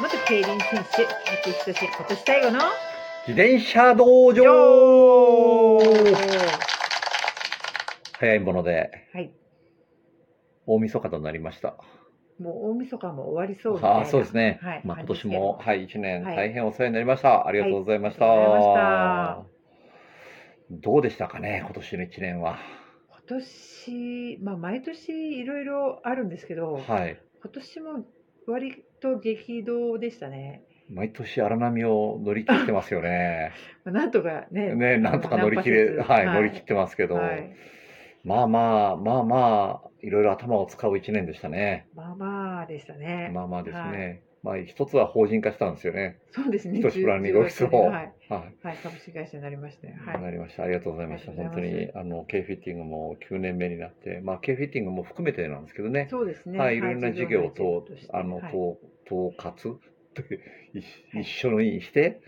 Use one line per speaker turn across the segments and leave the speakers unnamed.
元競輪選手、鈴木仁今年最後の
自転車道場早いもので
はい。
大晦日となりました。
もう大晦日も終わりそうみたいな
ああそうですね。
はい。
まあ、今年も、はい、1年
はい
大変お世話になりました。ありがとうございました。
ありがとうございま
どうでしたかね、今年の1年は。
今年、まあ、毎年いろいろあるんですけど、
はい。
今年も割と激動でしたね。
毎年荒波を乗り切ってますよね。
まあ、なんとかね。
ね、なんとか乗り切れ、
ナンパせず
はい、乗り切ってますけど、
はい。
まあまあ、まあまあ、いろいろ頭を使う1年でしたね。
まあまあでしたね。
まあまあですね。まあ、一つは法人化したんですよね。
そうですね。
一つプランニングオフィスを。
はい。
はい。
はい、株式会社になりましたよ。は
わか
い。
りました。ありがとうございました。
ありが
本
と
当
うございます
に、あの、K フィッティングも9年目になって、まあ、K フィッティングも含めてなんですけどね。
そうですね。
はい、いろんな事業と、あの、
はい
統統括って一一緒にして、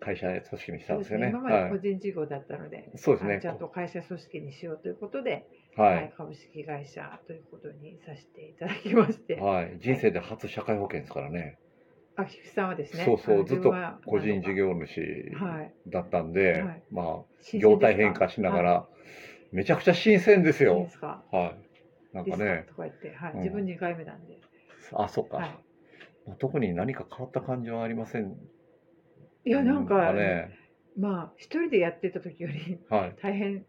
会社組織にした
そうんで
ですすよ
ね
ね。
今まで
は
個人事業だったので、
い。そう
あ
です
の
ね。
ちゃんと会社組織にしようということで、
は
はい
い。
株式会社ということにさせていただきまして、
はい。人生で初社会保険ですからね。
あ菊池さんはですね、
そうそう
あの
ずっ
自
と
分は
個人事業
あ
主
のはい、
だったんで、
はい
まあ、
新鮮
業
ですか
態変化しながら、めちゃくちゃ新鮮です
いい
よ
で。すか、
はい。なん
で
か
す
ね
か。とか言って、はい
うん
自分2回目なんで、
あ、そうか。
はい
まあ、特に何か変わった感じはありません。
いやなんか、
ね。
まあ一人でやってた時より
はい。
大変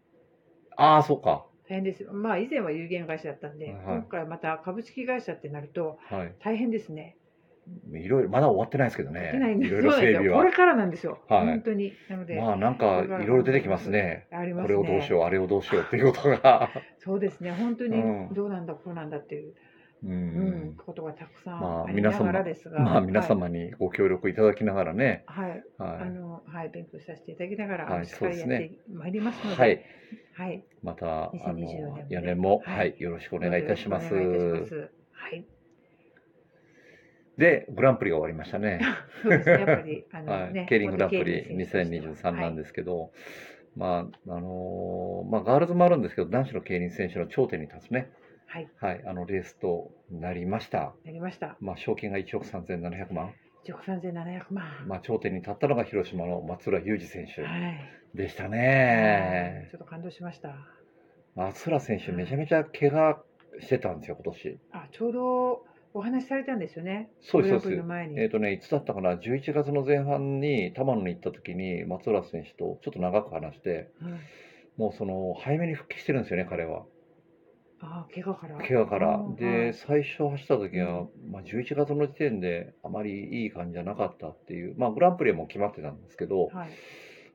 ああ、そうか。
大変です。まあ以前は有限会社だったんで、
はい
今回また株式会社ってなると
はい。
大変ですね。
いろいろ、まだ終わってないですけどね。
でないんです
ろいろ
そうなん
整
です
備
よこ
は
れ。からなんですよ。
はい
本当になので、
まあ、なんか、いろいろ出てきますね。
ありま
こ
す
れ
ね。
をどうしよう、あれをどうしようっていうこと が。
そうですね。本当
うん
にどうなんだ、こうなんだっていう、う
う
ん
ん。
ことがたくさ
まあ
んありながらですが、
まあ、皆
はい
様にご協力いただきながらね。
はい、あ
は
の、はい、勉強させていただきながら、
はい
あのしっかりやってまいりますの
い。
で、
はい。
はい、
また、あ
2024
の
年もね、
4年も、
はい
はい、よろしくお願いいたします。
お願いいたします。はい、
で、グランプリが終わりましたね。
そうですね。やっぱ り、あ
は
のね
い、、ケーリングランプリ
元競輪選手として
2023
は
なんですけど、まああのーまあ、ガールズもあるんですけど、男子の競輪選手の頂点に立つね、
はい、はい、
はい、あのレースとなりました、
なりました。
まあ、賞金が1億3700万、
一億三千七百万。
まあ、頂点に立ったのが広島の松浦雄二選手
はい、
でした
うん
ね
ち、ょっと感動しました。
松浦選手、めちゃめちゃ怪我してたんですよ、今年
あ、ちょうどお話しされたんですよね。
そうですそ
グランプ
うで
リの
す
前に。
えーとね、いつだったかな、11月の前半に玉野に行った時に、松浦選手とちょっと長く話して、
うん
もうその早めに復帰してるんですよね、彼は。
あ、怪我から。
怪我から
うん。は
で、
い
最初走った時は
う、
まあ、11月の時点であまりいい感じじゃなかったっていう、まあ、グランプリはもう決まってたんですけど、
はい。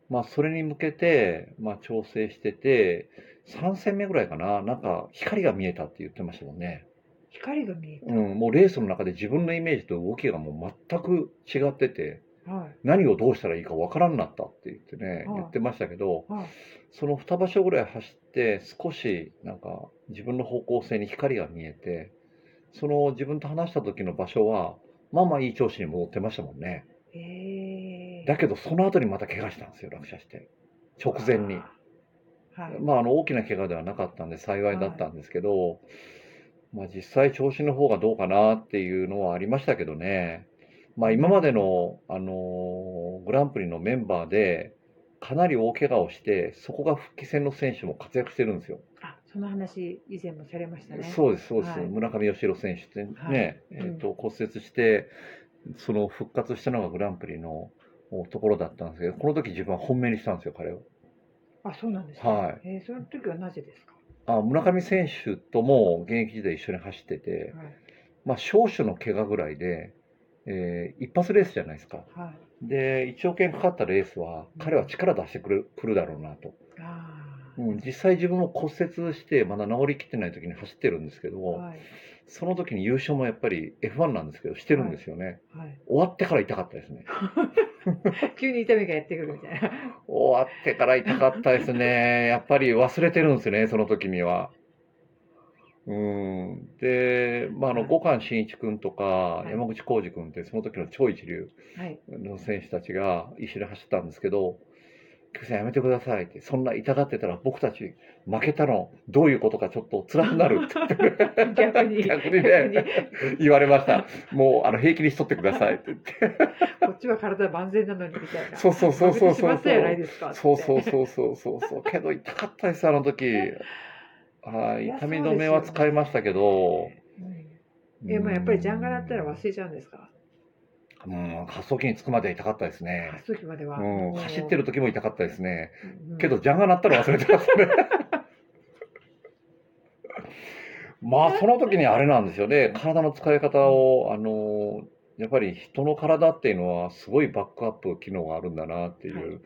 まあ、それに向けて、まあ、調整してて、3戦目ぐらいかな、なんか光が見えたって言ってましたもんね。
光が見え
うん、もうレースの中で自分のイメージと動きがもう全く違ってて、
た。はい。
何をどうしたらいいかわからんなったって言ってね、
はい
言ってましたけど、
はい。
その2場所ぐらい走って少しなんか自分の方向性に光が見えてその自分と話した時の場所はまあまあいい調子に戻ってましたもんね
ええ
だけどその後にまた怪我したんですよ落車して直前に
はい。
まああの大きな怪我ではなかったんで幸いだったんですけど、まあ実際調子の方がどうかなっていうのはありましたけどねまあ今までの、あのーグランプリのメンバーでかなり大怪我をしてそこが復帰戦の選手も活躍してるんですよ
あ、その話以前もされましたね。
そうです、そうです、
はい
村上義郎選手ってね、
はい
えっと骨折して、その復活したのがグランプリのおところだったんですけど、この時自分は本命にしたんですよ、彼を。
あ、そうなんです。
はい
えーその時はなぜですか。
あ村上選手とも現役時代一緒に走ってて、
はい。
まあ、少々の怪我ぐらいで、えー一発レースじゃないですか。
はい。
で、1億円かかったレースは、彼は力出してくるくるだろうなと。
あ
うん、実際自分も骨折して、まだ治りきってない時に走ってるんですけど、
あ。はい。
その時に優勝もやっぱり F1 なんですけど、してるんですよね。
はい。
終わってから痛かったですね。
急に痛みがやってくるみたいな。
終わってから痛かったですね。やっぱり忘れてるんですね、その時には。うん。で、まあ、あの、
はい
五冠真一君とか、
い
山口浩二君って、その時の超一流
はい。
の選手たちが一緒に走ったんですけど、菊池さんやめてくださいって、そんな痛がってたら僕たち負けたの、どういうことかちょっと辛くなるって
逆に
逆にね、言われました。もうあの平気にしとってくださいって言って。
こっちは体万全なのにみたいな。
そうそうそうそう
負けてし
そ
ま
う
った
そ。
じゃないうですか。
そうそううそうそうそうそう。けど痛かったです、あの時。はいい、
や
痛み止めは使いましたけど。
ん、え、まあ、やっぱりジャンガだったら忘れちゃうんですか。
うん、発送機に着くまでは痛かったですね。
発送機までは。
うん、走って
る。
る時も痛かったですね。
うん
けど、、ジャンガ鳴ったら忘れてます ね。まあ、その時にあれなんですよね。体の使い方を、あの、やっぱり人の体っていうのはすごいバックアップ機能があるんだなっていう。
は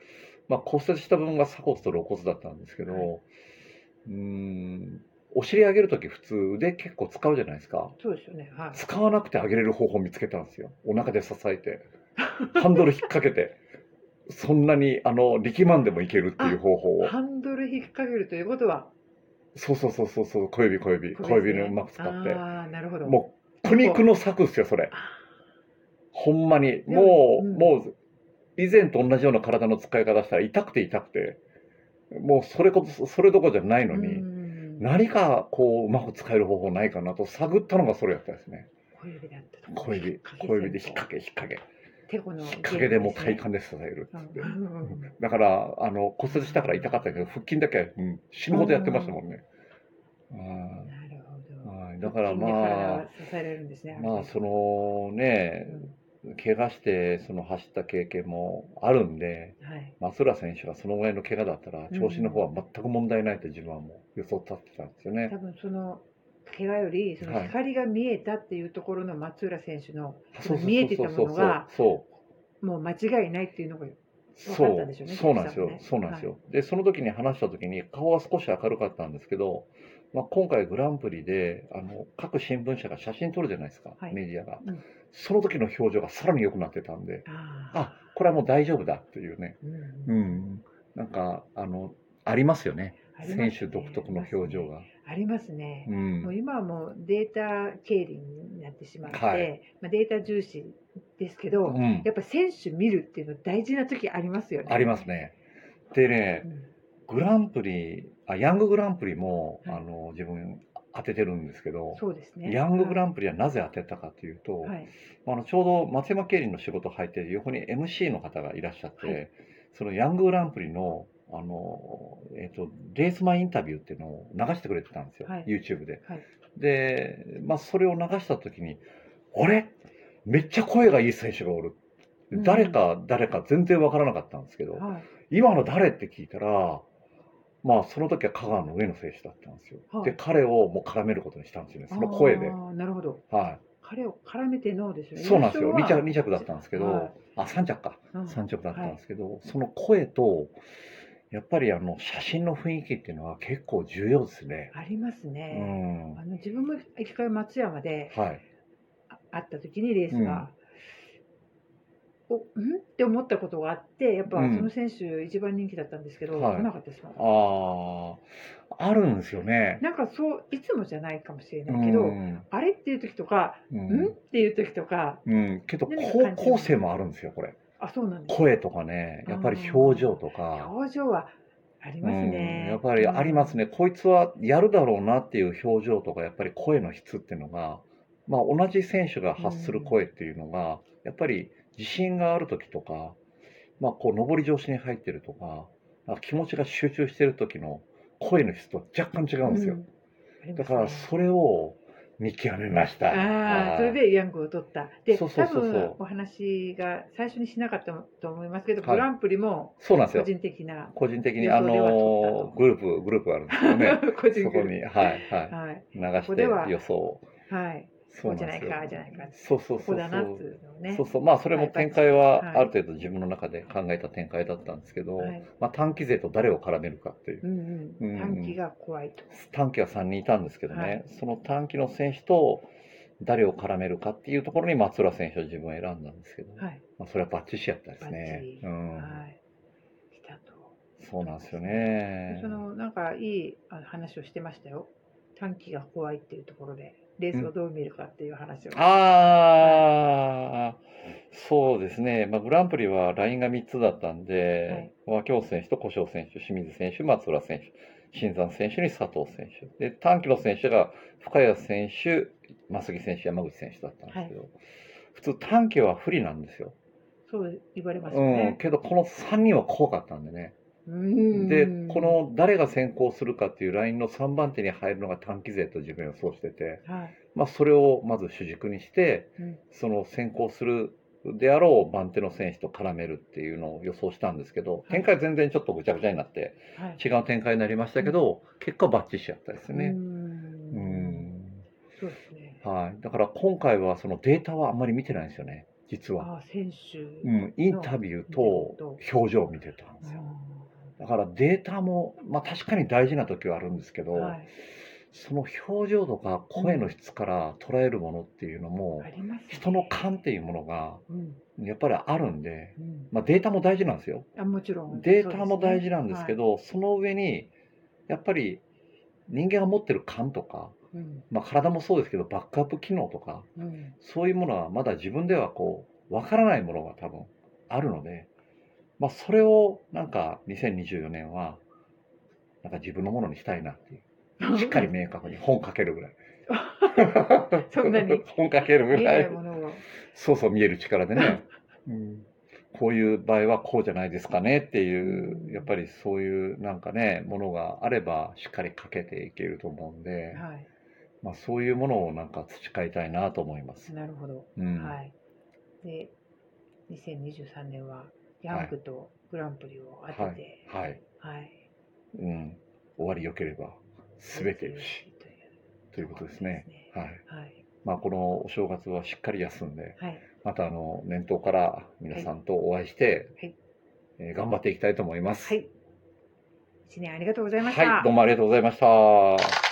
まあ、骨折した部分が鎖骨と露骨だったんですけど、
は
うん、お尻上げる時普通腕結構使うじゃないですか。
そうですよね。はい。
使わなくてあげれる方法を見つけたんですよお腹で支えてハンドル引っ掛けてそんなにあの力まんでもいけるっていう方法を
ハンドル引っ掛けるということは。
そうそうそうそうそう小指小指
こ
小
れですね
指のうまく使って
ああ、なるほど。
もう苦肉の策ですよそれ
あ
ほんまに
も
もう、
うん
もう以前と同じような体の使い方したら痛くて痛くてもうそれこそそれどころじゃないうのに、
ん。
何かこううまく使える方法ないかなと探ったのがそれやったんですね
小指だったと。
小指小指で引っ掛け引っ掛け
手この
引っ掛けでもう体幹で支えるっつって、
うんうんうん
だからあの骨折したから痛かったけど腹筋だけ、うん、死ぬほどやってましたもんね、うん
なるほど。
はいだからまあ
筋で体が支えられるんですね。
まあその
う
ね
ん
怪我してその走った経験もあるんで
はい。
松浦選手がそのぐらいの怪我だったら調子の方は全く問題ないと自分はもう予想立ってたんですよね
多分その怪我よりその
はい
光が見えたっていうところの松浦選手の
あそうそう
見えてたものが
そう
もう間違いないっていうのが
そう
わかったんでしょうね
そうなんですよ、
菊池さ
そ
ん
う
もね
なんですよ、でその時に話した時に顔は少し明るかったんですけど、まあ、今回グランプリであの各新聞社が写真撮るじゃないですか、
はい
メディアが、
うん
その時の表情がさらに良くなってたんで
ああ、
あこれはもう大丈夫だっていうね、
うんうん
うん、なんかあのありますよね
ありますね
選手独特の表情が、
ありますね
う。、
もうん今はもうデータ経理になってしまって、
はい
まあデータ重視ですけど、
うん、
やっぱ選手見るっていうの大事な時ありますよね。
ありますねでね
うん。
グランプリあヤンググランプリも、
はい
あの自分当ててるんですけど
そうですね。
ヤンググラ
ン
ンプリはなぜ当てたかというと、
はい。
あのちょうど松山経理の仕事入って横に MC の方がいらっしゃって、
はい
そのヤンググランプリのあの、えっとレース前インタビューっていうのを流してくれてたんですよ、
はい
YouTube で。
はい
で、まあ、それを流した時に「あれめっちゃ声がいい選手がおる」
うん
誰か誰か全然わからなかったんですけど、
はい。
今の誰って聞いたら。まあその時は香川の上野選手だったんですよ。
はい
で彼をもう絡めることにしたんですよね。その声で
あ。ーなるほど。
は
彼を絡めてのですよ
い。
ね。
そうなんですよ。
優
2
勝
着
は
二着だったんですけど、
はい
あ三着か
うん
三着だったんですけど、その声とやっぱりあの写真の雰囲気っていうのは結構重要ですね。
あります
う
ね。
ん、は
あの自分も一回松山で
い。
あ会った時にレースが、おんって思ったことがあってやっぱそ
うん
の選手一番人気だったんですけど、
はい
来なかったですもん
あああるんですよね。
なんかそういつもじゃないかもしれ
う
ないけど、
ん、
あれっていう時とか、、
うん
っ
ん、
ていう時とか
うん、けど
何か感じ
高
る
校生もあるんですよこれ。
あそうなんです
声とかね、やっぱり表情とか。
表情はありますね、
うん、やっぱりあります
ね、
ね、こいつはやるだろうなっていう表情とかやっぱり声の質っていうのが、まあ、同じ選手が発する声っていうのが、やっぱり自信がある時とか、まあ、こう上り調子に入ってるとかなんか気持ちが集中してる時の声の質と若干違うんですよ、
うんありますね
だからそれを見極めました
あ
は
あ
い
それでヤングを取ったで
そうそうそうそう
多分お話が最初にしなかったと思いますけど、
はい
グランプリも
そうなんです
個
よ
人的な、
個人的に
予想
あ
では取った
の
と
グループグループがあるんですけど ね
個人
そ
的
こ
に
にはいは
はい
い流
ここ
し
で
て
は
予想
はい
そうなん
じゃな
で
い
すよ
かじゃないか
そうそう
こ
そ
こ
う
だ
そ
なっ
う
ていうのをね
そうそうまあそれも展開
は
はいある程度自分の中で考えた展開だったんですけど、
はい
まあ、短期勢と誰を絡めるかっていう
うんう
うん
ん、
うん
短期が怖いと、
短期は3人いたんですけどね、
はい
その短期の選手と誰を絡めるかっていうところに松浦選手を自分は選んだんですけど、
はい
まあ、それはバッチシやったです
バッ
ね
チリ、
うん
はい来たと、
そうなんですよ
で
ね
そのなんかいいあ話をしてましたよ短期が怖いっていうところでレースをどう見るかっていう話を、
ああそうですね、まあ、グランプリはラインが3つだったん
はい
で、和京選手と古性選手、清水選手、松浦選手、新山選手に佐藤選手、で短距離の選手が深谷選手、増木選手、山口選手だったんですけど、普通、短距離は不利なんですよ、
そう言われますよ
うん、
ね。
けどこの3人は怖かったんでね、
うん
でこの誰が先行するかっていうラインの3番手に入るのが短期勢と自分をそうしてて、
はい、
まあ、それをまず主軸にして、
うん
その先行するであろう番手の選手と絡めるっていうのを予想したんですけど、展開全然ちょっとぐちゃぐちゃになって、
はい、
違う展開になりましたけど、結果バッチリしちゃったです
う
ね。
ん
うん
そうですね。
はい、だから今回はそのデータはあんまり見てないんですよね、実は。
ああ、選手。
うん、インタビューと表情を見てたんですよ。だからデータも、まあ、確かに大事な時はあるんですけど、
うんはい、
その表情とか声の質から捉えるものっていうのも、
あります、ね。
人の感っていうものが
うん、
やっぱりあるんで、
うん、
まあ、データも大事なんですよ
あ、もちろん。
データも大事なんですけ
ど。
どその上にやっぱり人間が持ってる感とか、
はいうん、
まあ、体もそうですけどバックアップ機能とか
うん、
そういうものはまだ自分ではこうわからないものが多分あるので、まあ、それをなんか2024年はなんか自分のものにしたいなっていう。しっかり明確に本書けるぐらい
そんなに
本書けるぐ
見え
ら
ないいものを。
そうそう見える力でね、うん、こういう場合はこうじゃないですかねっていうやっぱりそういうなんかねものがあればしっかり書けていけると思うんで、
はい、
まあ、そういうものをなんか培いたいなと思います。
なるほど。
うん
はい。で、2023年はヤングとグランプリを当てて、
はい
はい。
うん、終わりよければ全てよし
という
ということですね。。はい
はい。
まあ、このお正月はしっかり休んで
はい。
またあの年頭から皆さんとお会いして、
はい
えー頑張っていきたいと思います。
はい。一年ありがとうございました。
はい、どうもありがとうございました。